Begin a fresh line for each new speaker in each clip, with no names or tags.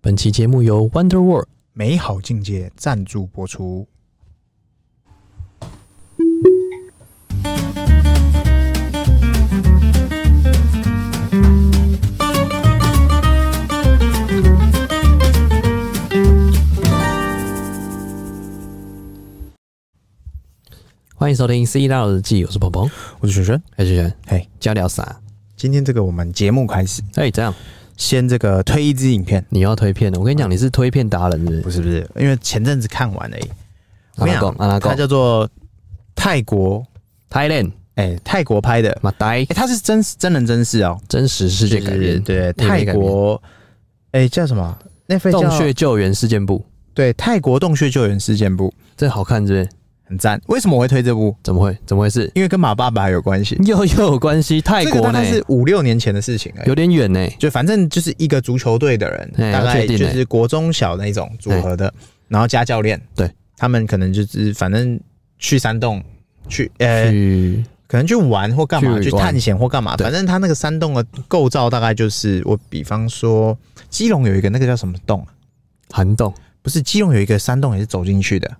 本期节目由 Wonder World
美好境界赞助播出。
欢迎收听《C 大佬日记》，我是鹏鹏，
我是璇璇，
黑轩轩，
嘿，
加聊啥？
今天这个我们节目开始，
哎，这样
先这个推一支影片，
你要推片的，我跟你讲，你是推片达人是不是？
不是不是，因为前阵子看完了，
阿
我跟你
拉贡
讲，，
阿拉贡
它叫做泰国，
，Thailand，
哎、泰国拍的，
马呆
哎、，它是真真人真事哦，
真实世界改
就是
编，改
对，泰
编
国，哎、叫什么？那份
洞
叫
穴救援事件簿，
对泰国洞穴救援事件部
这好看是不是？
很赞。为什么我会推这部？
怎么会？怎么回事？
因为跟马爸爸有关系。
又又有关系？泰
这个
国
大
呢
概？是五六年前的事情而已，
有点远呢。
就反正就是一个足球队的人，
哎
大
要确
概
定
就
哎
是国中小那种组合的，然后加教练，
对
他们可能就是反正去山洞去呃，
去
可能去玩或干嘛，
去
去
玩
探险或干嘛，
对
反正他那个山洞的构造大概就是我比方说基隆有一个那个叫什么洞啊，
涵洞，
不是基隆有一个山洞也是走进去的，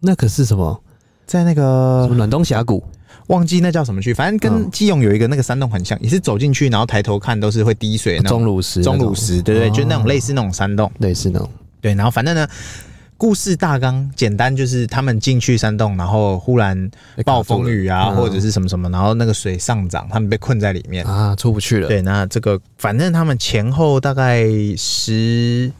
那可是什么？
在那
什
个
么暖冬峡谷？
忘记那叫什么去，反正跟
嗯
基隆有一个那个山洞很像，也是走进去然后抬头看都是会滴水的那
钟
种。
乳石那种，
钟乳石，对不对？
哦
就那种类似那种山洞，
类似那种。
对，然后反正呢，故事大纲简单，就是他们进去山洞，然后忽然
被卡
暴
住了
风雨啊，
嗯
或者是什么什么，然后那个水上涨，他们被困在里面。
啊，出不去了。
对，那这个反正他们前后大概十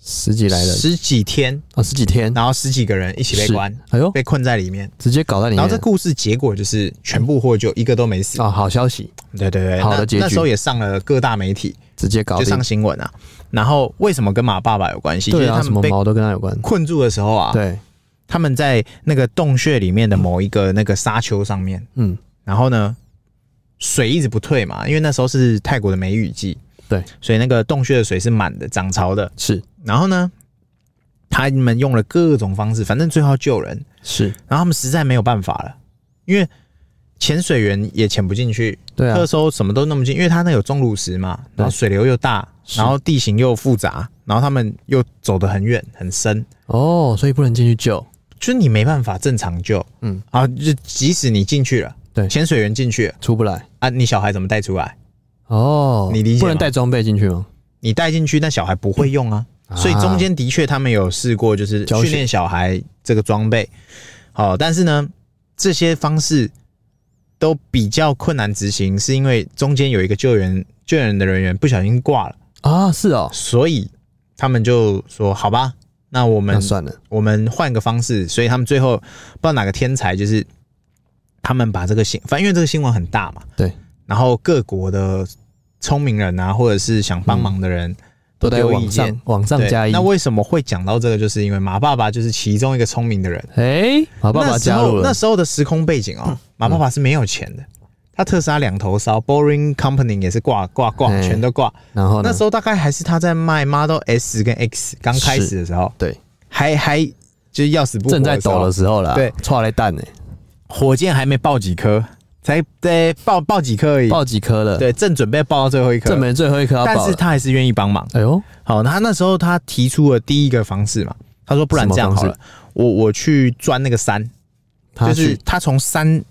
十几来人
十几天，
啊，十几天，
然后十几个人一起被
是
关，
哎呦，
被困在里面。
直接搞在里
然
面
后这故事结果就是全部获救，一个都没死。
啊，好消息，
对对对，
好的
那
结局
那时候也上了各大媒体，
直接搞
就
定
上。新闻啊。然后为什么跟马爸爸有关系？就
对
是
啊，
他
什
们
么
被
毛都跟他有关。
困住的时候啊，
对，
他们在那个洞穴里面的某一个那个沙丘上面，
嗯，
然后呢，水一直不退嘛，因为那时候是泰国的梅雨季，
对，
所以那个洞穴的水是满的，涨潮的。
是
然后呢，他们用了各种方式，反正最后要救人，
是，
然后他们实在没有办法了，因为潜水员也潜不进去，
对啊
特，搜什么都弄不进，因为它那有钟乳石嘛，然后水流又大，
是
然后地形又复杂，然后他们又走得很远很深，
哦，所以不能进去救。
就是你没办法正常救，
嗯
嗯，啊，就即使你进去了，
对
潜水员进去了
出不来
啊，你小孩怎么带出来？
哦，
你理解
不能
吗
带装备进去吗？
你带进去，那小孩不会用啊，所以中间的确他们有试过，就是
嗯教学
训练小孩这个装备，好、但是呢，这些方式都比较困难执行，是因为中间有一个救援救援的人员不小心挂了，
啊，是哦，
所以他们就说好吧，那我们
那算了，
我们换个方式，所以他们最后不知道哪个天才，就是他们把这个新，反正因为这个新闻很大嘛，
对，
然后各国的聪明人啊，或者是想帮忙的
嗯
人、
都在
有
往
意见
上。往上
对
加一
那。为什么会讲到这个？就是因为马爸爸就是其中一个聪明的人。
哎，马爸爸
那时
加入
候那
了，嗯
时候的时空背景哦，马爸爸是没有钱的，他特斯拉两头烧，Boring Company 也是挂挂挂，
哎
全都挂。
然后呢
那？时候大概还是他在卖 Model S 跟 X 刚开始的时候，
对，
还还就是要死不活
正
的时
在
候，
抖的时候啦，
对
错来蛋呢，
火箭还没爆几颗，才对爆爆几颗而已，
爆几颗了，，
对，正准备爆到最后一颗，
这门最后一颗要
但
爆
是
了。
他还是愿意帮忙。
哎呦，
好，那他那时候他提出了第一个方式嘛，他说不然这样好
什么
了，我我去钻那个山，
他
就是
去
他从山。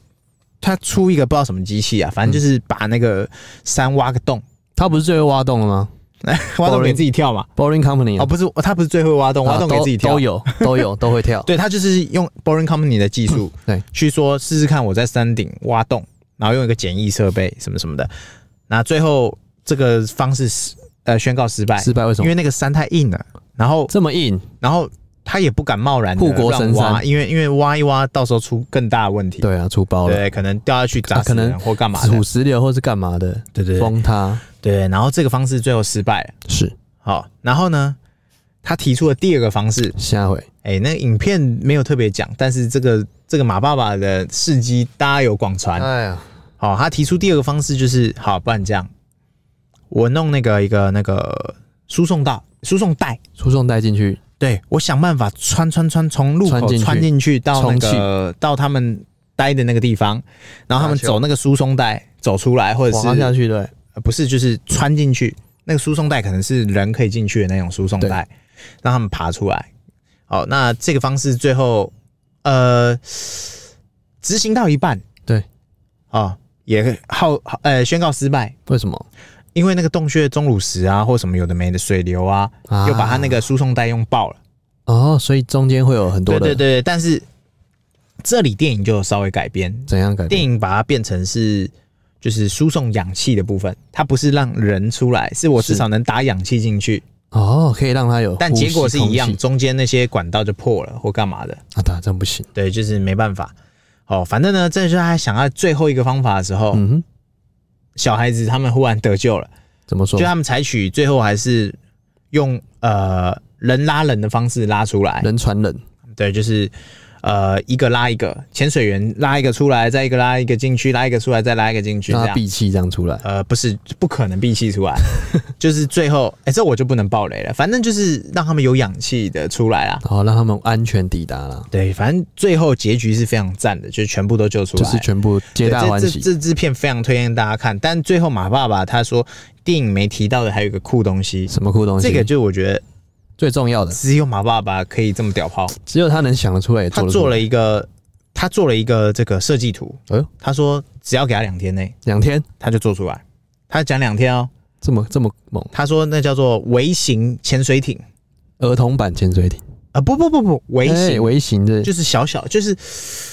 他出一个不知道什么机器啊，反正就是把那个山挖个洞，
他不是最会挖洞了吗
挖洞
Boring
给自己跳嘛。
？Boring Company
哦，
啊
不是，他不是最会挖洞，挖
啊
洞给
都
自己跳
都。有都有都会 跳。，
对他就是用 Boring Company 的技术
嗯对，
去说试试看我在山顶挖洞，然后用一个简易设备什么什么的，那最后这个方式失呃宣告失败，
失败为什
因
么？
为那个山太硬了，然后
这么硬，
然后他也不敢贸然地
护国神
乱挖，
山
因为因为挖一挖到时候出更大的问题，
对啊，出包了，
对，可能掉下去
啊
砸
可
死
能
人或干嘛的，
土石流或是干嘛的，
对对对
崩塌
对，然后这个方式最后失败了，
是
好，然后呢，他提出了第二个方式，
下回
哎、那个影片没有特别讲，但是这个这个马爸爸的事迹大家有广传。
哎呀，
好、他提出第二个方式就是，好，不然这样，我弄那个一个那个输送道、输送带，
输送带进去，
对我想办法穿穿穿从路
穿
口
进去
穿进去到那
充
个到他们待的那个地方，然后他们
打球
走那个输送带走出来，或者是
滑下去对，
呃不是就是穿进去。那个输送带可能是人可以进去的那种输送带，让他们爬出来。好，那这个方式最后呃执行到一半，
对，
啊、也耗呃宣告失败，
为什么？
因为那个洞穴钟乳石啊，或什么有的没的水流啊，
啊
又把它那个输送带用爆了。
哦，所以中间会有很多
对
的
对对对，但是这里电影就有稍微改编，
怎样改
电
变？
影把它变成是就是输送氧气的部分，它不是让人出来，是我至少能打氧气进去，
哦，可以让它有呼吸，
但结果是一
空
样，
气
中间那些管道就破了或干嘛的，
啊，当然这样不行。
对，就是没办法。哦，反正呢，这就是他想要最后一个方法的时候，
嗯哼，
小孩子他们忽然得救了，
怎么说
就？他们采取最后还是用呃人拉人的方式拉出来，
人传人，
对，就是呃一个拉一个，潜水员拉一个出来，再一个拉一个进去，拉一个出来，再拉一个进去，这
让它
样。
闭气这样出来。
呃，不是，不可能闭气出 来，就是最后，哎、这我就不能爆雷了。反正就是让他们有氧气的出来啦。
然后让他们安全抵达了，
对，反正最后结局是非常赞的，就是全部都救出来
就
了。
是全部皆
对
大欢
这
喜。
这这支片非常推荐大家看，但最后马爸爸他说电影没提到的还有一个酷东西，
什么酷东西？
这个就我觉得
最重要的，
只有马爸爸可以这么屌炮。
只有他能想得出来，也
他
做得出
做
来。
了一个他做了一个这个设计图，
哎呦，
他说只要给他两天内
两天
他就做出来。他讲两天哦，
这么这么猛，
他说那叫做微型潜水艇。
儿童版潜水艇，
啊，不不不不，微型、
哎微型的
就是小小，就是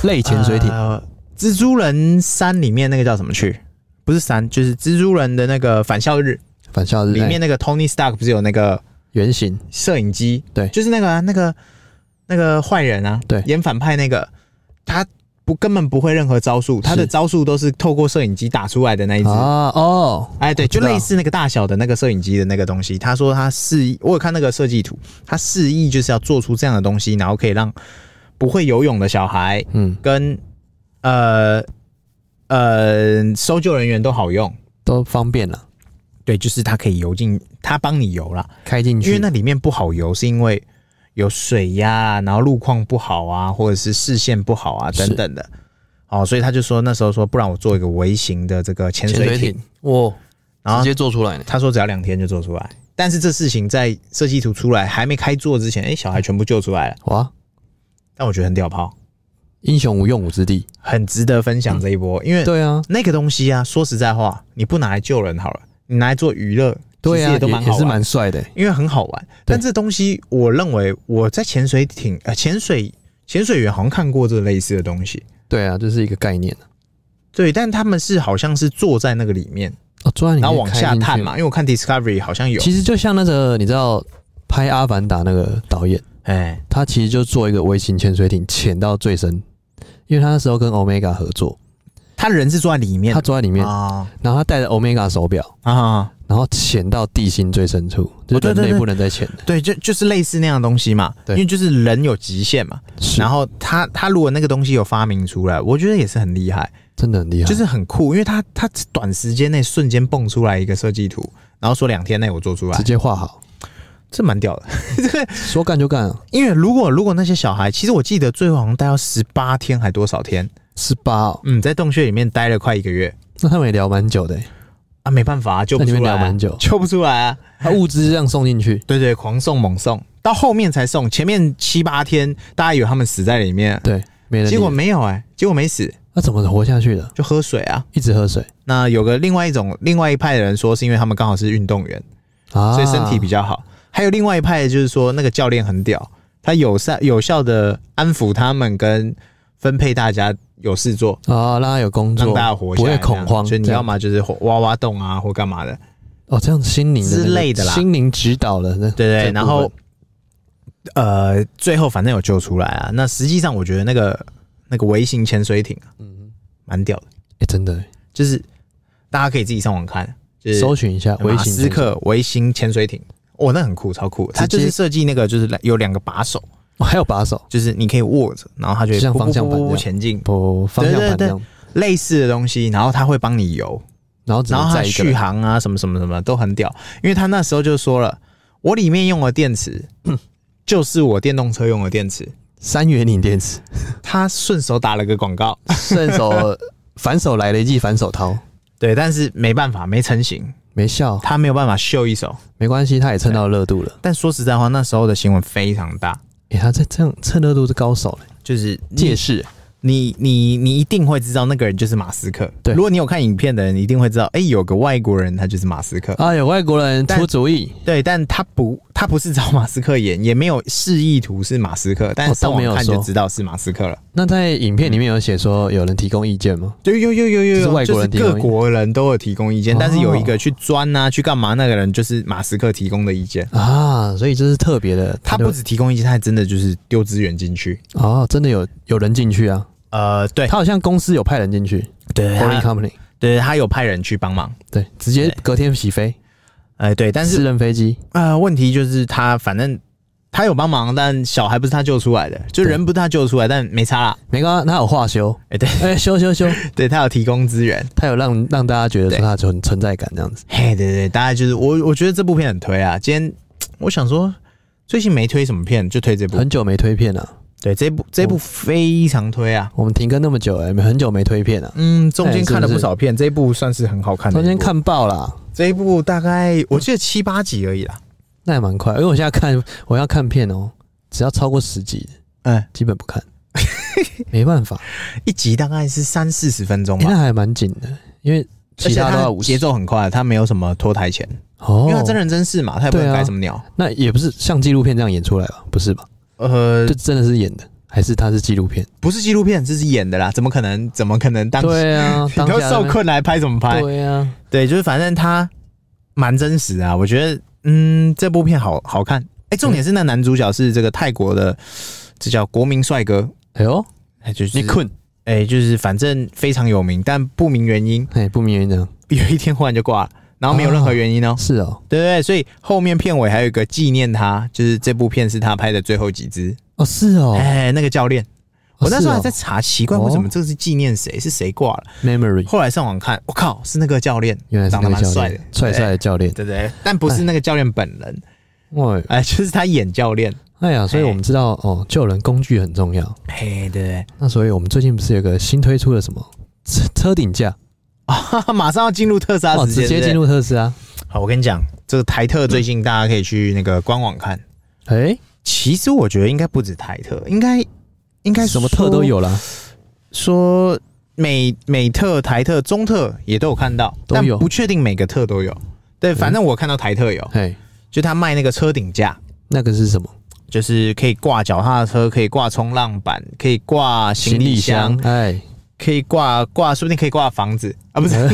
类潜水艇，
呃蜘蛛人三里面那个叫什么去？不是三，就是蜘蛛人的那个返校日
反校日
里面
哎
那个 Tony Stark 不是有那个
原型，
摄影机？
对
就是那个啊、那个那个坏人啊，
对
演反派那个，他不根本不会任何招数，他的
是
招数都是透过摄影机打出来的那一只。
啊哦，
哎，对，
我知
就
道
类似那个大小的那个摄影机的那个东西。他说他示意，我有看那个设计图，他示意就是要做出这样的东西，然后可以让不会游泳的小孩
嗯，
跟呃呃搜救人员都好用。
都方便了，
对，就是它可以游进，它帮你游啦。
开进
因为
去，
那里面不好游，是因为有水压、啊，然后路况不好啊，或者是视线不好啊等
是
等的。哦，所以他就说那时候说，不然我做一个微型的这个潜
潜
水
水
艇，啊
艇，哇，
然后
接做出来呢，
他说只要两天就做出来，但是这事情在设计图出来还没开做之前，哎、小孩全部救出来了，
哇，
但我觉得很屌炮，
英雄无用武之地，
很值得分享这一波，因为
对啊，
那个东西啊，说实在话，你不拿来救人好了，你拿来做娱乐，
对
其实
啊，
也都蛮
也
好
是
玩，
蛮帅的，
因为很好玩。但这东西，我认为我在潜水艇呃潜水潜水员好像看过这类似的东西，
对啊，这是一个概念
对，但他们是好像是坐在那个里面，
哦，坐在里面
然后往
开
下
进去
探，嘛，因为我看 Discovery 好像有，
其实就像那个你知道拍《阿凡达》那个导演。
哎，
他其实就做一个微型潜水艇，潜到最深，因为他那时候跟 Omega 合作，
他人是坐在里面
他坐在里面，
啊
然后他戴着 Omega 手表，
啊。
然后潜到地心最深处，就
哦对
是人
对
类
对
不能再潜了。
对，就就是类似那样的东西嘛，因
对
为就是人有极限嘛。
是
然后他他如果那个东西有发明出来，我觉得也是很厉害，
真的很厉害，
就是很酷，因为他他短时间内瞬间蹦出来一个设计图，然后说两天内我做
直
出来，
接画好，
这蛮屌的。
说干就干、啊，
因为如果如果那些小孩，其实我记得最后好像待到十八天还多少天，
十八哦，
嗯，在洞穴里面待了快一个月
那他们也聊蛮久的欸、
啊，没办法、啊，救不
那你
出
们
来、
聊
啊
蛮，久，
救不出来啊。
他物资这样送进去，
对对，狂送猛送，到后面才送，前面七八天大家以为他们死在里面，
对，没人理。
结果没有哎、结果没死，
那怎么活下去的？
就喝水啊。
一直喝水
那有个另外一种另外一派的人说，是因为他们刚好是运动员，
啊，
所以身体比较好。还有另外一派就是说，那个教练很屌，他有善有效的安抚他们，跟分配大家有事做，
啊，让他有工
让
作，
大家活下
不会
来这样。
恐慌。
所以你
这样
要么就是挖挖洞啊，或干嘛的，
哦，这样心灵的那个
之类的啦
心灵指导的那
对
这
对。
部分
然后呃，最后反正有救出来啊。那实际上我觉得那个那个微型潜水艇啊，
嗯，
蛮屌的，
哎、真的欸、
就是大家可以自己上网看，就是
搜寻一下啊微
马
型
斯克维新潜水艇，哦，那很酷，超酷的。它就
直
是
接
设计那个，就是来有两个把手，
哦，还有把手，
就是你可以握着，然后它就会
就像
噗噗
方向盘
噗噗
这样
前进，
不方向盘这样，
类似的东西，然后它会帮你游，
然后只
然
能
后它
载一个
续
人，
航啊，什么什么什么都很屌。因为他那时候就说了，我里面用的电池 就是我电动车用的电池。
三元锂电池，
他顺手打了个广告，
顺手反手来了一记反手掏，
对，但是没办法，没成型，
没效，
他没有办法秀一手。
没关系，他也蹭到热度了。
但说实在话，那时候的新闻非常大，
诶、他这这样蹭热度是高手嘞、
就是
借
你
势
你你你一定会知道那个人就是马斯克。
对
如果你有看影片的人，一定会知道，哎、有个外国人他就是马斯克。
啊，有外国人
但
出主意，
对，但他不，他不是找马斯克演，也没有示意图是马斯克，但
哦
是
都
上
没有
网看
说
就知道是马斯克了。
那在影片里面有写说有人提供意见吗？
对，有有有有
就是
有，
外国人提
就是各
供意见
国人都有提供意见，
哦
但是有一个去钻啊，去干嘛，那个人就是马斯克提供的意见。
啊，所以这是特别的，
他
就
不只提供意见，他还真的就是丢资源进去。
哦，真的有有人进去啊，
呃，对
他好像公司有派人进去
对
，Foreign
他
Company，
对他有派人去帮忙。
对，直接
对
隔天起飞，
哎、对，但
私
是
人飞机，
呃，问题就是他反正他有帮忙，但小孩不是他救出来的，就
对
人不是他救出来，但没差啦。
没关系，他有话修，
哎、对
哎、修修修，
对，他有提供资源。
他有让让大家觉得说
对
他存存在感这样子，
嘿，对对对，大概就是我，我觉得这部片很推啊。今天我想说，最近没推什么片，就推这部。
很久没推片了，
对，这部这部非常推啊。
我们停更那么久、哎，很久没推片了，
嗯，中
哎
间
是不
看了不
是
少片，这一部算是很好看的
中
一部。
间看爆啦，
这一部大概我记得七八集而已啦。
那也蛮快，因为我现在看我要看片哦、只要超过十集，
嗯，
基本不 看，没办法，
一集大概是三四十分钟
哎
吧。
那还蛮紧的，因为
而
其
且
他都
它
要五
节
十，
奏很快，它没有什么拖台前，
哦
因为它真人真事嘛，它也不
对
能
啊
改什么鸟。
那也不是像纪录片这样演出来吧？不是吧？
呃
这，真的是演的，还是他是纪录片？
不是纪录片，这是演的啦，怎么可能？怎么可能当？
对啊，
你
当
都
下
受
那边
困哎来拍怎么拍？
对啊，
对，就是反正它蛮真实啊，我觉得，嗯，这部片好好看。哎、重点是那男主角是这个泰国的，这叫国民帅哥，
哎呦，
哎，就是
你困，
哎、就是反正非常有名，但不明原因，
哎，不明原因，
有一天忽然就挂了，然后没有任何原因哦、
是哦，
对对对，所以后面片尾还有一个纪念他，就是这部片是他拍的最后几支。
哦是哦
哎、，那个教练，
哦
我那时候还
是
在
哦
查，奇怪为什么这个是纪念谁，是谁挂了？
memory，
后来上网看，我靠，是那个教练，
原来是
长
那
得
个
蛮
教
帅的
练，，帅帅的教练，
对对对，但不是那个教练本 人，
喂，
哎，就是他演教练，
哎呀，所以我们知道哦，救人工具很重要。
嘿，对对
那所以我们最近不是有个新推出的什么车车顶架？
啊， 马上要进入特斯拉
哦，
时间，
直接进
啊对不
入特斯拉。
对。好，我跟你讲，这个台特最近大家可以去那个官网看。
哎，
其实我觉得应该不止台特，应该应该
什么
说
特都，有啦，
说美美特、台特、中特也都有嗯看到，
都有
但不确定每个特都有。对，反正我看到台特有，
哎，
就他卖那个车顶架，
那个是什么？
就是可以挂脚踏车，可以挂冲浪板，可以挂行李箱，，
哎，呃
可以挂挂，说不定可以挂房子
嗯
啊，不是，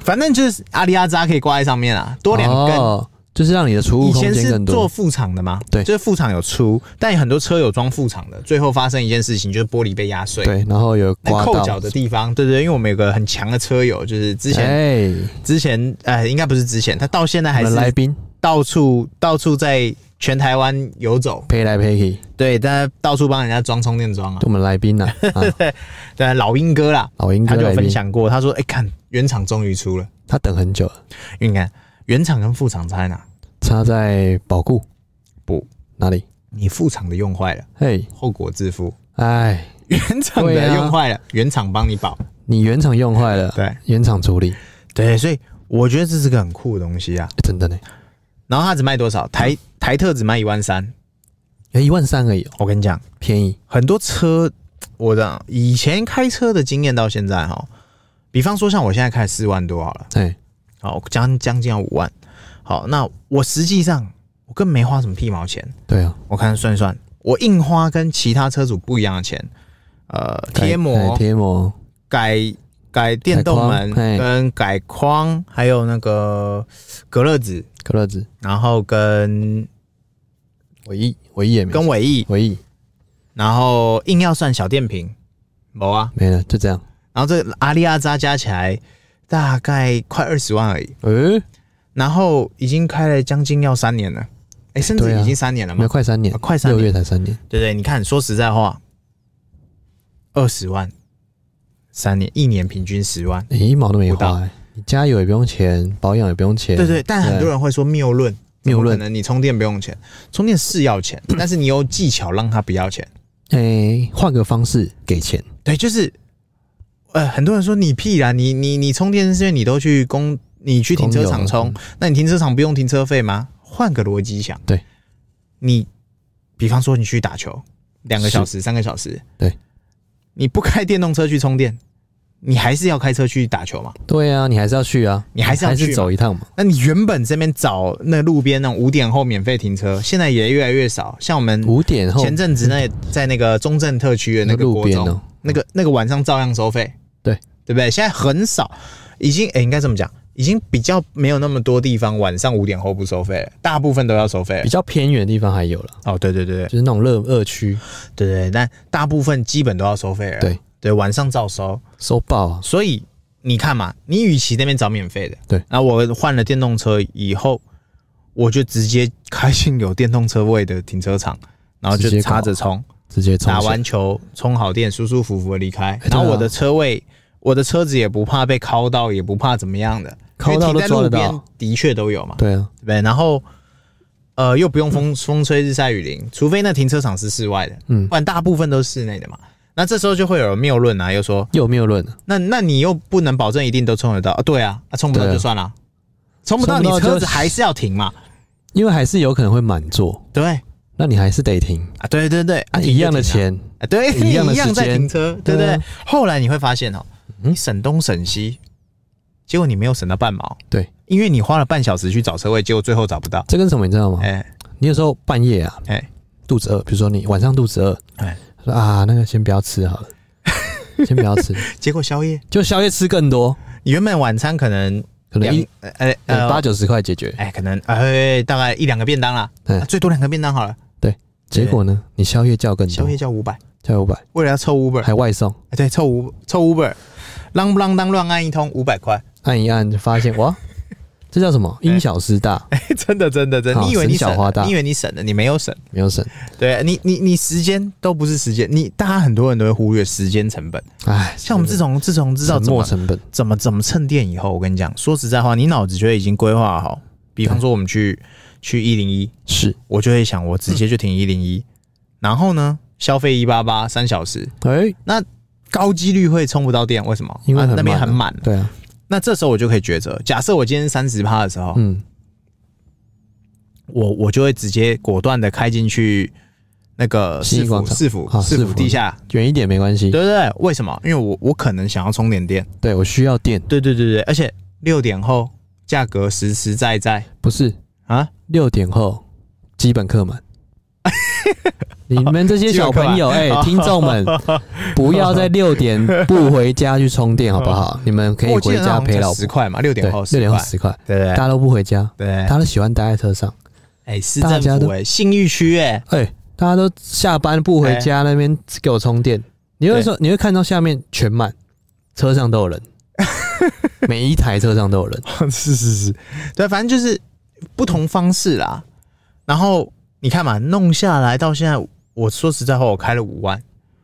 反正就是阿里阿扎可以挂在上面啊，多两根。
哦，就是让你的储物
以
空
前
间
是
更
做
多。
副厂的嘛，
对
就是副厂有出，但有很多车有装副厂的，最后发生一件事情就是玻璃被压碎，
对，然后有
那
刮
扣
到，
脚的地方，对对，因为我们有个很强的车友，就是之前、
哎，
之前呃，应该不是之前，他到现在
我
还
们来
是
宾
到处到处在全台湾游走，
陪来陪去，
对，他到处帮人家装充电桩啊，
我们来宾 呐，啊，
对，老鹰哥啦，
老鹰
他
哥
就有
来
分
宾，
享过，他说，哎、看原厂终于出了。
他等很久了，
因为你看原厂跟副厂差在哪？
插在保固
不
哪里？
你副厂的用坏了，
嘿，
后果自负；
哎，
原厂
对
的
啊
用坏了，原厂帮你保。
你原厂用坏了，
对啊
原厂处理，
对，所以我觉得这是个很酷的东西啊。
真的呢，
然后它只卖多少？台台特只卖一万三。
哎，一万三而已哦，
我跟你讲，
便宜，
很多车，我的以前开车的经验到现在哈，比方说像我现在开四万多好了，
哎，
好将将近要五万。好，那我实际上我根本没花什么屁毛钱。
对啊，
我看算一算，我印花跟其他车主不一样的钱，呃，贴
哎
膜、
贴膜，
改改电动门
改框哎嘿
跟改框，还有那个隔热纸，
可乐子，
然后跟
尾翼，尾翼也没，
跟尾翼，
尾翼
然后硬要算小电瓶，没啊，
没了，就这样，
然后这个阿利亚扎加起来大概快二十万而已，
哎，
然后已经开了将近要三年了，哎，甚
对
至
啊
已经三年了
没
嘛
有，快三年
啊，快三
六
年，
月才三年，
对不对？你看，说实在话，二十万，三年一年平均十万，
哎，一毛都没
不到
花，哎你加油也不用钱，保养也不用钱，
对对，但很多人会说谬论，
谬论
怎么可能你充电不用钱，充电是要钱，但是你有技巧让它不要钱。
哎，换个方式给钱，
对，就是，呃，很多人说你屁啦，你你你充电是因为你都去公，你去停车场
公有
冲，那你停车场不用停车费吗？换个逻辑想，
对，
你比方说你去打球，两个小时、三个小时，
对，
你不开电动车去充电，你还是要开车去打球嘛？
对啊，你还是要去啊，
你还是要
还
去
是
嘛
走一趟嘛。
那你原本这边找那路边那种五点后免费停车，现在也越来越少。像我们
五点后
前阵子那在那个中正特区的那个
哦路
国
边
中，
哦，
那个那个晚上照样收费，
对
对不对？现在很少，已经诶、应该这么讲，已经比较没有那么多地方晚上五点后不收费了，大部分都要收费了
比。较偏远的地方还有了，
哦，对对对对
就是那种热恶区
对对，但大部分基本都要收费了。
对
对，晚上照收，
收爆啊，
所以你看嘛，你与其那边找免费的，
对，
那我换了电动车以后，我就直接开进有电动车位的停车场，然后
直
就
接
插
搞
着充，
直接冲
打
线
完球充好电，舒舒服服的离开。
对啊
然后我的车位，我的车子也不怕被敲到，也不怕怎么样的，
敲到
因为停
都
在
抓
路
得到
边的确都有嘛，
对啊，
对不对？然后呃，又不用风风吹日晒雨淋，除非那停车场是室外的，
嗯
不然大部分都是室内的嘛。那这时候就会有人谬论啊，又说
又有谬论，
那那你又不能保证一定都冲得到啊？对啊，啊冲不到
对啊
就算了，冲不到
冲
你
不到就
车子还是要停嘛？
因为还是有可能会满座，
对
那你还是得停
啊，对对对，啊
啊，一样的，钱，
停就停啊对，
一样的
你一样在
时间
停车，对不
对
对
啊？
后来你会发现哦，你省东省西，结果你没有省到半毛，
对，
因为你花了半小时去找车位，结果最后找不到。
这跟什么你知道吗？
哎
你有时候半夜啊
哎，
肚子饿，比如说你晚上肚子饿，
哎
说啊那个先不要吃 好了，先不要吃，
结果宵夜，
就宵夜吃更多，
你原本晚餐可能
可能
两
一
呃呃
呃
呃
八九十块解决，
哎，可能哎大概一两个便当啦，
嗯
啊最多两个便当好了，
结果呢你宵夜叫更多
宵夜，叫五百，
叫五百，
为了要凑 Uber，
还外送，
哎，对，凑五凑 Uber，啷不啷当乱按一通五百块，
按一按就发现哇，这叫什么因小失大，
哎真的真的真的，
好
你以为你省
啊省小花
了，
大
你以为你省了，你没有省，
没有省，
对你你你时间都不是时间，你大家很多人都会忽略时间成本，
哎，
像我们这种自从知道
沉
怎
没
么
成本，
怎么怎么蹭电以后，我跟你讲，说实在话，你脑子就已经规划好，比方说我们去去一零一，
是，
我就会想我直
嗯
接就停一零一，然后呢消费一八八三小时，
哎，
高几率会充不到电，为什么？
因为
啊
很
那边
慢啊
很满，
对啊，
那这时候我就可以抉择，假设我今天三十趴的时候。
嗯，
我我就会直接果断的开进去那个
信义
市府
广场
市府
啊
市
市
府
府
地下，
远一点没关系，
对不对？为什么？因为我我可能想要充点电，
对我需要电，
对对对对，而且六点后价格实实在在
不是
啊，
六点后基本课 满。你们这些小朋友，哎、听众 们，不要在六点不回家去充电，好不 好？你们可以
我记
回
得那
家
好像
陪
才
老婆
十。块嘛，六点
对，
后
六
十
点后
块，哎
十块，
对对
大
对
家都不回家，
对
大，家都喜欢待在车上。
哎，市
大家
政府
都
哎，信义区哎，
哎、大家都下班不回家，那边给我充电。你会
哎
说，你会看到下面全满，车上都有 人，每一台车上都有人。
是是是，对，反正就是不同方式啦。然后你看嘛，弄下来到现在，我说实在话，我开了五万，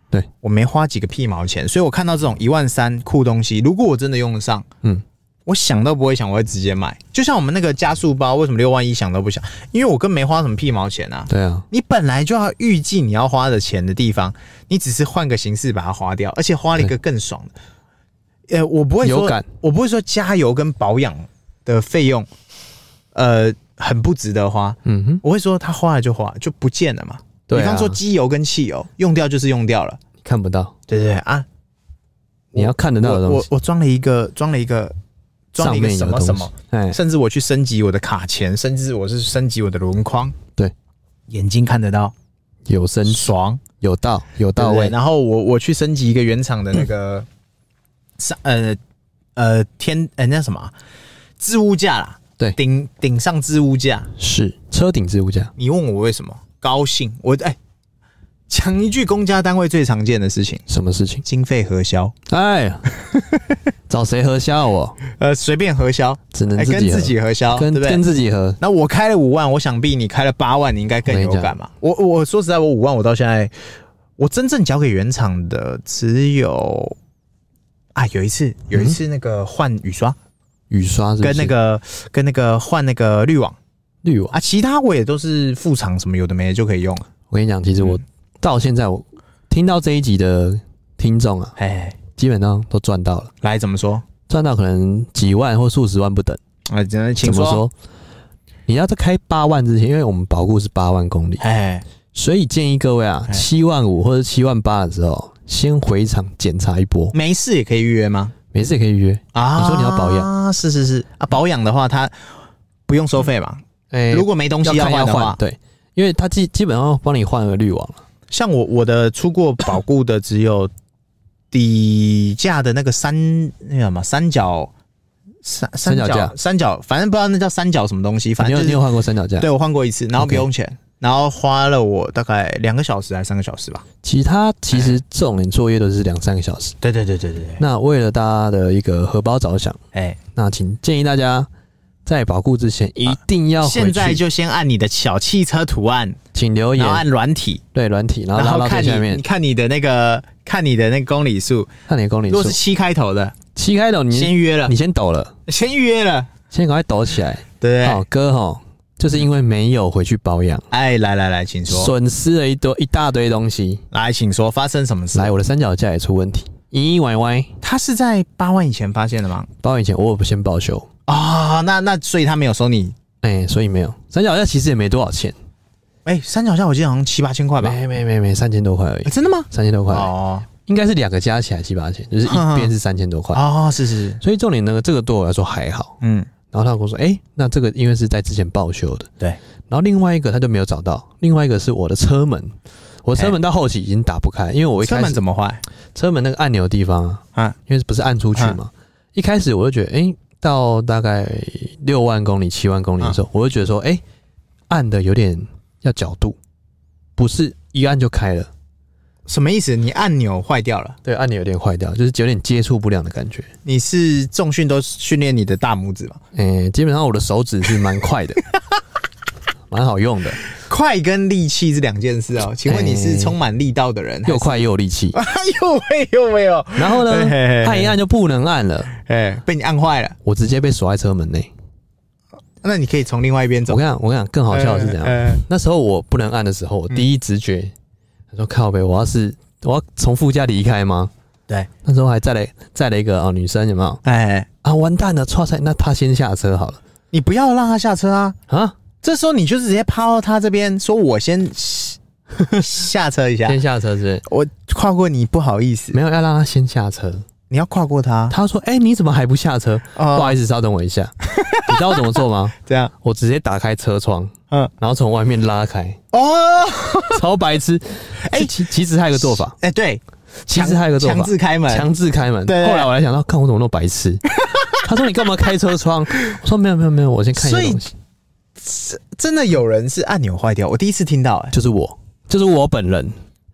对
我没花几个屁毛钱，所以我看到这种一万三酷东西，如果我真的用得上，
嗯，
我想都不会想，我会直接买。就像我们那个加速包，为什么六万一想都不想？因为我跟没花什么屁毛钱啊。
对啊，
你本来就要预计你要花的钱的地方，你只是换个形式把它花掉，而且花了一个更爽的。呃，我不会
有
说
感，
我不会说加油跟保养的费用，呃，很不值得花。
嗯哼，
我会说他花了就花，就不见了嘛。
对啊
比方说机油跟汽油用掉就是用掉了，
看不到，
对对对啊。
你要看得到的
我
东
我
西，
我装了一个装了一个装
上
了一个
面
什
有
么
东
什
西
么，。
哎，
甚至我去升级我的卡钳，甚至我是升级我的轮框，
对，
眼睛看得到，
有声
很爽。
有道有
对
到
不对
位，
然后我我去升级一个原厂的 那个上呃呃天呃那叫什么啊置物架啦，
对
顶顶上置物架。
是车顶置物架，
你问我为什么高兴？我哎讲、一句公家单位最常见的事情，
什么事情？
经费核销，
哎呀， 找谁核销我？
呃随便核销，
只能
哎、
自
跟
己核
自，己核销，对
跟
不对
跟？自己核，
那我开了五万，我想必你开了八万，你应该更有感嘛。我我说实在，我五万我到现在，我真正交给原厂的只有啊，有一次有一次那个换雨刷，
雨刷是不是
跟那个跟那个换那个滤网
滤网。
啊，其他我也都是副厂什么有的没的就可以用。
我跟你讲，其实我
嗯
到现在我听到这一集的听众啊，
哎，
基本上都赚到了，
来怎么说？
赚到可能几万或数十万不等，
啊，真的，请
怎么
说。
说？你要在开八万之前，因为我们保固是八万公里，
哎，
所以建议各位啊，
哎
七万五或者七万八的时候，先回厂检查一波，
没事也可以预约吗？
没事也可以约。
啊，
你说你要保
养？是是是啊，保养的话，它不用收费嘛。
哎
如果没东西
要看
换
要
的话，
对，因为它基基本上帮你换了滤网了。
像我我的出过保固的只有底架的那个三那个什么三角三
三
三
角
角
架
三角，反正不知道那叫三角什么东西，反
你
正
有
就
你
是
有换过三脚架？
对我换过一次，然后不用钱，然后花了我大概两个小时还是三个小时吧。
其他其实这种人作业都是两三个小时。
对对对对对对，
那为了大家的一个荷包着想，
哎、
那请建议大家在保固之前一定要回
现在
去，
就先按你的小汽车图案，
请留
然
言
后按软体，
对软体，然后
然
拉
后
到
看
最下
你你
面，
看你的那个看你的那个公里数，
看你的公里
如果
数
是。七开头的，
七开头
先
你
约了
你，先抖了，
先约了，
先赶快抖起来。
对不对？
好哥哈，就是因为没有回去保养，
哎，来来来，请说，
损失了一多一大堆东西。
来，请说，发生什么事？
来，我的三脚架也出问题，咦歪歪，
他是在八万以前发现的吗？
保养以前我有先报修，
啊、那那所以他没有收你。
哎、所以没有三脚架其实也没多少钱，
哎、三脚架我记得好像七八千块吧、
没没没没三千多块而已
哎，真的吗？
三千多块而已，
啊哦啊
应该是两个加起来七八千，就是一边是三千多块。
哦，是是是，
所以重点呢，这个对我来说还好。
嗯，
然后他跟我说，哎、那这个因为是在之前报修的，
对。
然后另外一个他就没有找到，另外一个是我的车门，我车门到后期已经打不开，因为我一
车
开
门
始
怎么坏？
车门那个按钮的地方啊，
啊，
因为不是按出去嘛，一开始我就觉得，哎、到大概六万公里、七万公里
嗯
的时候，我就觉得说，哎、按的有点要角度，不是一按就开了，
什么意思？你按钮坏掉了？
对，按钮有点坏掉，就是有点接触不良的感觉。
你是重训都训练你的大拇指吗？
诶、基本上我的手指是蛮快 的，蛮好用的，
快跟力气是两件事哦。请问你是充满力道的人？
又快又有力气。
还是又会又会哦？
然后呢
嘿嘿嘿，
按一按就不能按了，
哎、被你按坏了。
我直接被锁在车门内。
那你可以从另外一边
我
走。
跟你讲，我跟你讲，更好笑的是怎样？
哎哎
那时候我不能按的时
嗯
候，我第一直觉，他说靠呗，我要是我要从副驾离开吗？
对，
那时候还载了载了一个啊、哦女生有没有
哎、
啊？完蛋了，错菜，那她先下车好了
你不要让他下车啊！
啊，
这时候你就直接趴到他这边，说我先下车一下，
先下车是不是？
我跨过你，不好意思，
没有要让她先下车，
你要跨过他，
她说哎、你怎么还不下车？
啊
不好意思，稍等我一 下，你知道我怎么做吗？
这样，
我直接打开车窗，
嗯，
然后从外面拉开，
哦，
超白 痴。哎、其其实还有一个做法，
哎，对，
其实还有一个做
强
法，
制开门，
强制开门。
哎对对对
后来我来想到，看我怎么那么白痴。他说：“你干嘛开车窗？”我说：“没有没有没有，我先看一下
所以
东西。
真的有人是按钮坏掉，我第一次听到，”哎，
就是我，就是我本人。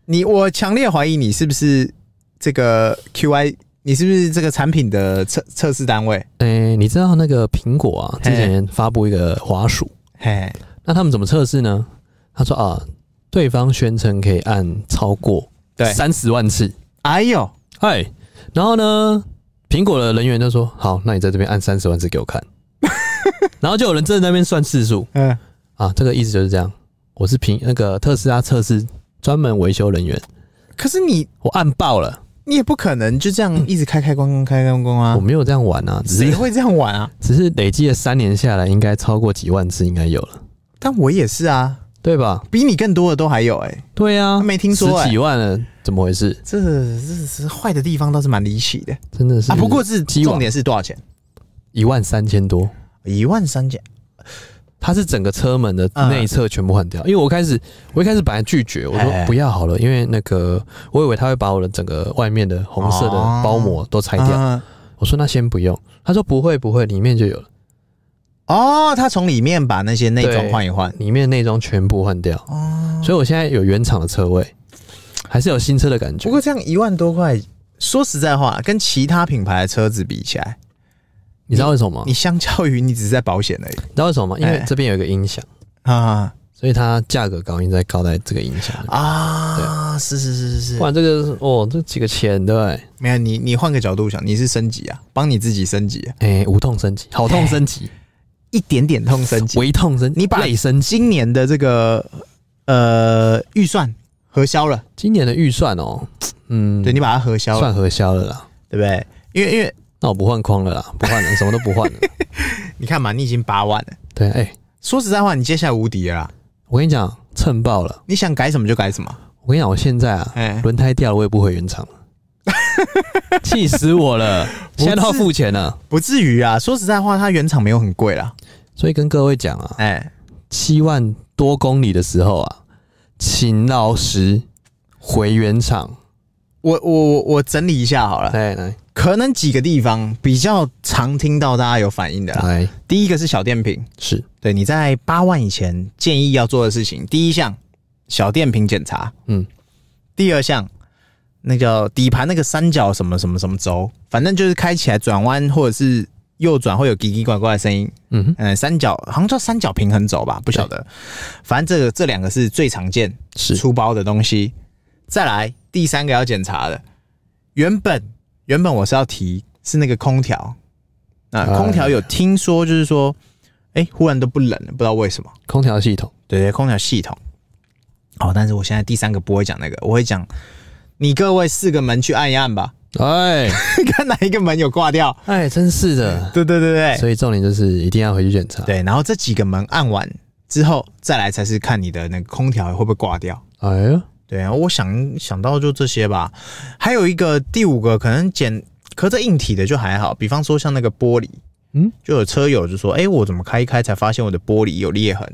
你我强烈怀疑你是不是这个 QI，你是不是这个产品的测测试单位？
哎、你知道那个苹果啊，
嘿
之前发布一个滑鼠，
嘿，
那他们怎么测试呢？他说啊，对方宣称可以按超过
对
三十万次，
哎呦，
哎，然后呢，苹果的人员就说：“好，那你在这边按三十万次给我看。” 然后就有人正在那边算次数
嗯，
啊，这个意思就是这样。我是苹那个特斯拉测试专门维修人员，
可是你
我按爆了，
你也不可能就 这样一直开开关关开开关关啊
我，没有这样玩啊，只
谁
是
会这样玩啊？
只是累积了三年下来，应该超过几万次，应该有了，
但我也是啊，
对吧？
比你更多的都还有哎、
对呀、啊，
没听说
十
欸
几万了，怎么回事？
这这是坏的地方倒是蛮离奇的
真的是
啊。不过是
鸡网
重点是多少钱？
一万三千多，
一万三千。
它是整个车门的
嗯
内侧全部换掉，因为我开始我一开始本来拒绝，我
哎
说不要好了，因为那个我以为他会把我的整个外面的红色的
哦
包膜都拆掉，
嗯
我说那先不用，他说不会不会，里面就有了，
哦，他从里面把那些内装
对
换一换。
里面内装全部换掉，
哦，
所以我现在有原厂的车位，还是有新车的感觉
不。过这样一万多块，说实在话，跟其他品牌的车子比起来，
你知道为什么吗？
你相较于你只是在保险而已
你知道为什么吗？因为
哎
这边有一个音响，
啊
所以它价格高，应该高在这个音响。
啊！是是是是是
不，然这个哦，这几个钱对不对？
没有你你换个角度想，你是升级啊，帮你自己升级、啊，
哎、无痛升级，好痛升 级，
一点点痛升级。
微痛升，
你把
累升级。
今年的这个呃预算核销了。
今年的预算哦，嗯，
对你把它核销了，
算核销了啦。
对不对？因为因为
那我不换框了啦，不换了，什么都不换 了。
你看嘛，你已经八万了。
对，哎、
说实在话，你接下来无敌了啦，
我跟你讲，蹭爆了。
你想改什么就改什么。
我跟你讲，我现在啊，
哎
轮胎掉了我也不回原 厂了，气死我了！现在都要付钱了，
不至于啊。说实在话，它原厂没有很贵啦。
所以跟各位讲啊，
哎、
七万多公里的时候啊，请老实回原厂。
我我我我整理一下好了，
来来
可能几个地方比较常听到大家有反应的啦。
来，
第一个是小电瓶，
是
对你在八万以前建议要做的事情，第一项小电瓶检查，
嗯，
第二项那叫底盘那个三角什么什么什么轴，反正就是开起来转弯或者是右转会有叽叽呱呱的声音，
嗯哼，
嗯，三角好像叫三角平衡轴吧，不晓得，反正这个这两个是最常见
是
出包的东西。再来第三个要检查的，原本原本我是要提是那个空调，啊，
哎
空调有听说就是说，哎、忽然都不冷了，不知道为什么。
空调系统，
对对，空调系统。哦，但是我现在第三个不会讲那个，我会讲你各位四个门去按一按吧，
哎
看哪一个门有挂掉。
哎，真是的。
对对对对
所以重点就是一定要回去检查。
哎对，然后这几个门按完之后，再来才是看你的那个空调会不会挂掉。
哎呦，
对啊，我想想到就这些吧。还有一个第五个可能简，可这硬体的就还好，比方说像那个玻璃，
嗯，
就有车友就说，哎、我怎么开一开才发现我的玻璃有裂痕？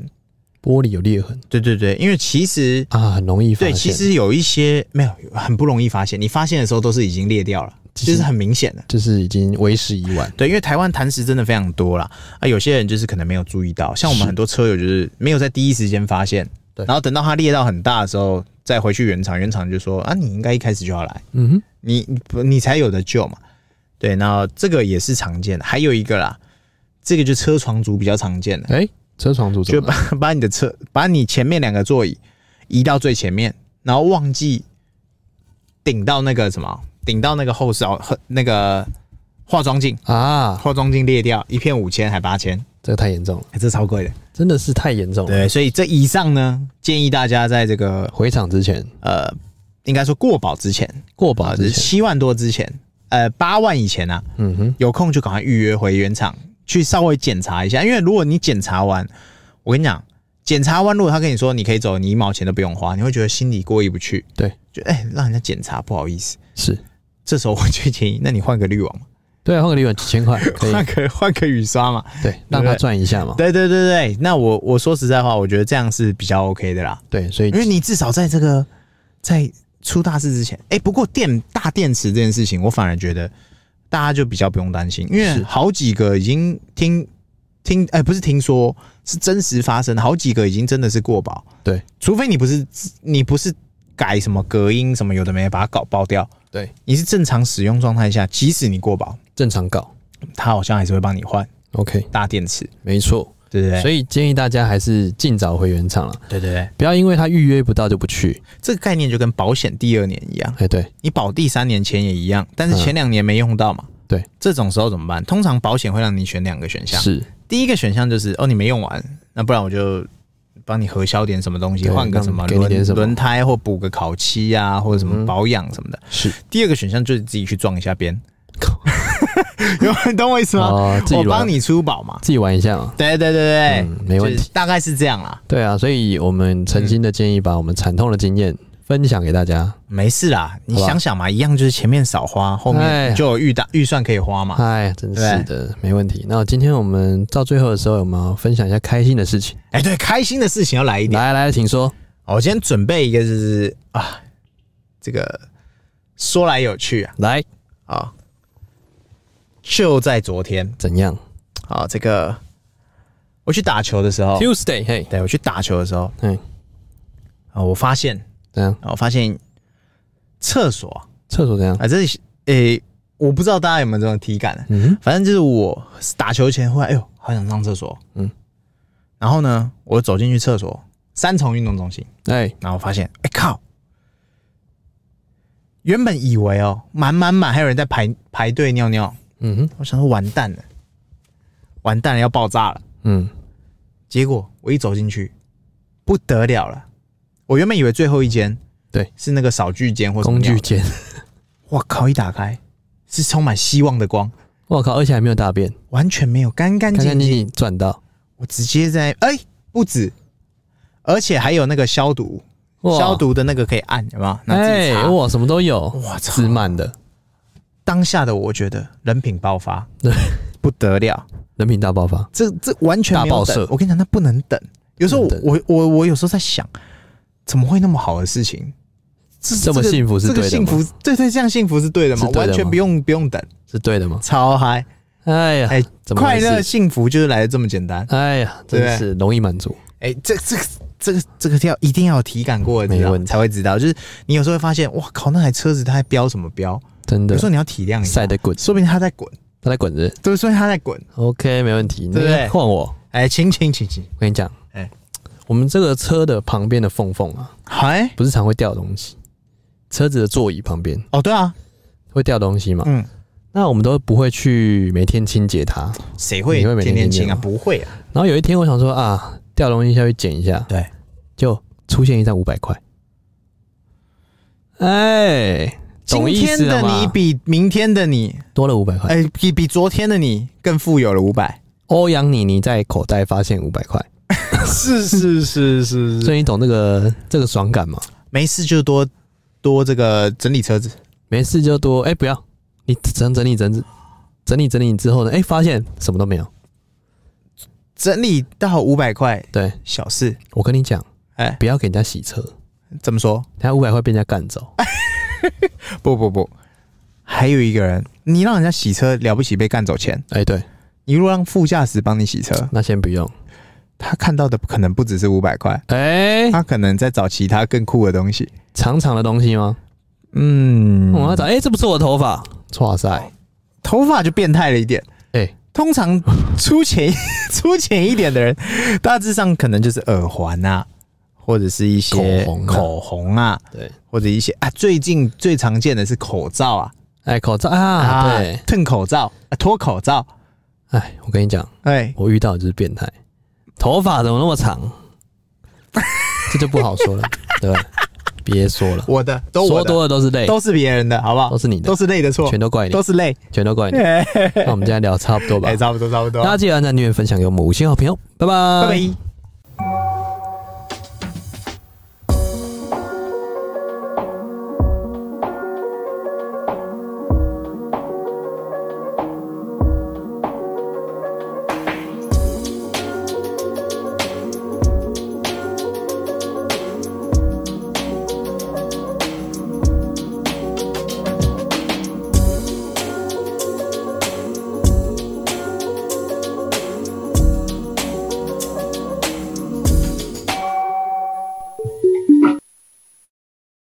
玻璃有裂痕
对对对，因为其实
啊，很容易发
对，
现。
其实有一些没有很不容易发现，你发现的时候都是已经裂掉了，
其实
就是很明显的。
就是已经为时已晚。
对，因为台湾弹石真的非常多啦，啊，有些人就是可能没有注意到，像我们
是
很多车友就是没有在第一时间发现，
对
然后等到它裂到很大的时候再回去原厂，原厂就说啊，你应该一开始就要来，
嗯哼，
你你不你才有的救嘛。对，那这个也是常见的，还有一个啦，这个就车床组比较常见的，
哎、车床 组怎
就
么了
把把你的车把你前面两个座椅移到最前面，然后忘记顶到那个什么，顶到那个后视哦，那个化妆镜，
啊？
化妆镜裂掉，一片五千还八千，
这个太严重了，
欸这超贵的。
真的是太严重了。
对，所以这以上呢，建议大家在这个
回厂之前，
呃，应该说过保之前，
过
啊，
保
就是
之前，
七万多之前，呃，八万以前啊，
嗯哼，
有空就赶快预约回原厂去稍微检查一下，因为如果你检查完，我跟你讲，检查完如果他跟你说你可以走，你一毛钱都不用花，你会觉得心里过意不去，
对，
就哎、让人家检查不好意思。
是
这时候我就建议，那你换个滤网嘛，
对啊，换个旅馆几 千块可以
换，个换个雨刷嘛。
对，让他赚一下嘛。
对对对对，那我我说实在话，我觉得这样是比较 OK 的啦，
对，所以
因为你至少在这个在出大事之前，哎、不过电大电池这件事情，我反而觉得大家就比较不用担心，因为
是
好几个已经听听，哎、不是听说，是真实发生的，好几个已经真的是过保，
对
除非你不是你不是改什么隔音什么有的没的把它搞爆掉，
对
你是正常使用状态下，即使你过保，
正常搞
它好像还是会帮你换
，OK，
大电池，
没错。
对不对？
所以建议大家还是尽早回原厂了，
对对对，
不要因为他预约不到就不去。
这个概念就跟保险第二年一样，
哎、对，
你保第三年前也一样，但是前两年没用到嘛。
嗯对，
这种时候怎么办？通常保险会让你选两个选项，
是
第一个选项就是哦你没用完，那不然我就帮你核销点什么东西，
对
换个
让
什么
给你点
轮
什么嗯
轮胎或补个烤漆啊，或者什么保养什么的。
是
第二个选项就是自己去撞一 下边，有你懂我意思吗？
哦自己
啊我
玩
帮你出保嘛。
自己玩一下嘛。
对对对对，
嗯没问题
就是大概是这样啦。
对啊，所以我们诚心的建议把我们惨痛的经验分享给大家。
没事啦，你
好吧
想想嘛，一样就是前面少花，后
哎
面
呀
就有预打预算可以花嘛。
哎，真是的，没问题。那今天我们到最后的时候，我们要分享一下开心的事情。
哎，对，开心的事情要来一点。
来来，请说。
我今天准备一个就是啊，这个说来有趣啊
来，
啊，就在昨天
怎样
啊，这个我去打球的时候，
？Tuesday，嘿，
对我去打球的时候
嗯，
啊，我发现
怎样？
啊，我发现厕所啊
厕所怎样？
啊，这是诶、我不知道大家有没有这种体感、啊
嗯
反正就是我打球前忽然哎呦，好想上厕所，
嗯，
然后呢，我走进去厕所，三重运动中心。
哼，哎，
然后我发现，哎、靠！原本以为哦，满满满还有人在排排队尿尿，
嗯哼，
我想说完蛋了，完蛋了要爆炸了。
嗯，
结果我一走进去，不得了了！我原本以为最后一间
对
是那个扫具间或什么
工具
尿的，
间，
我靠！一打开是充满希望的光，
我靠，而且还没有大便，
完全没有干干
干
净
干净
净，
净赚到，
我直接在哎、不止，而且还有那个消毒
哇
消，毒的那个可以按，有没有？那自己
哎
擦。
哇，什么都有，
我操
自满的
当下的我觉得人品爆发，
对，
不得了，
人品大爆发，
这这完全没
大
有
爆
等
射。
我跟你讲，那不能等。有时候
不能
我我我有时候在想，怎么会那么好的事情？这
这么
个
幸福是
这个
对的
幸
吗
福，对对，这样幸福是对的吗？
是对的
完全
吗
不用不用等，
是对的吗？
超嗨！
哎呀，
哎、
怎么
快
回事
乐幸福就是来的这么简单。
哎呀，
对
真是容易满足，
哎、这这个这个这个要一定要有体感过的，
没
知道
问题
才会知道。就是你有时候会发现，哇靠，那台车子它在飙什么飙？
真
有
的
时候你要体谅一下
晒，得滚，
说不定它在滚，
他在滚着。
对，说明它在滚。
OK，没问题，
对不对
那个换我，
哎、请请请请，
我跟你讲，
哎
我们这个车的旁边的缝缝啊，
嗨，
不是常会掉东西，车子的座椅旁边
哦，对啊，
会掉东西嘛？
嗯，
那我们都不会去每天清洁它。
谁会
你会每
天
天
天
清
亲啊？
吗
不会啊，
然后有一天我想说啊，掉东西下去捡一下，
对，
就出现一张五百块。哎，
今
懂意
天
思
的
了
你
吗？啊
比明天的你，
多了五百块，
哎、比比昨天的你更富有了 五百。
欧阳妮妮在口袋发现五百块，
是是是是
所，以你懂这个这个爽感吗？
没事就多多这个整理车子，
没事就多哎、不要你整整理整理整理整理之后呢，哎、发现什么都没有。
整理到五百块
对
小事。
我跟你讲，
哎、
不要给人家洗车，
怎么说？
等下五百块被人家干走。
不不不，还有一个人，你让人家洗车了不起被干走钱，
哎、对，
你如果让副驾驶帮你洗车，
那先不用。
他看到的可能不只是五百块，
哎、
他可能在找其他更酷的东西。
长长的东西吗？
嗯，
我要找，哎、这不是我的头发。哇塞，
头发就变态了一点。
哎
通常粗浅 粗浅一点的人，大致上可能就是耳环啊，或者是一
口
些
红啊
口红啊，
对，
或者一些啊，最近最常见的是口罩啊，
哎，口罩啊，对，
吞口罩，啊脱、口罩，
哎，我跟你讲，
哎，
我遇到的就是变态，头发怎么那么长？这就不好说了，对吧？别说了，
我的都我
说
的
多了都是泪，
都是别人的，好不好？
都是你的
都是累的错，
全都怪你
都，是累。
全都怪 你。
哎、
那我们今天聊差不多吧，
差不多，差不多。
大家记得按赞、订阅、分享给我们五星好评哦，拜拜，
拜拜。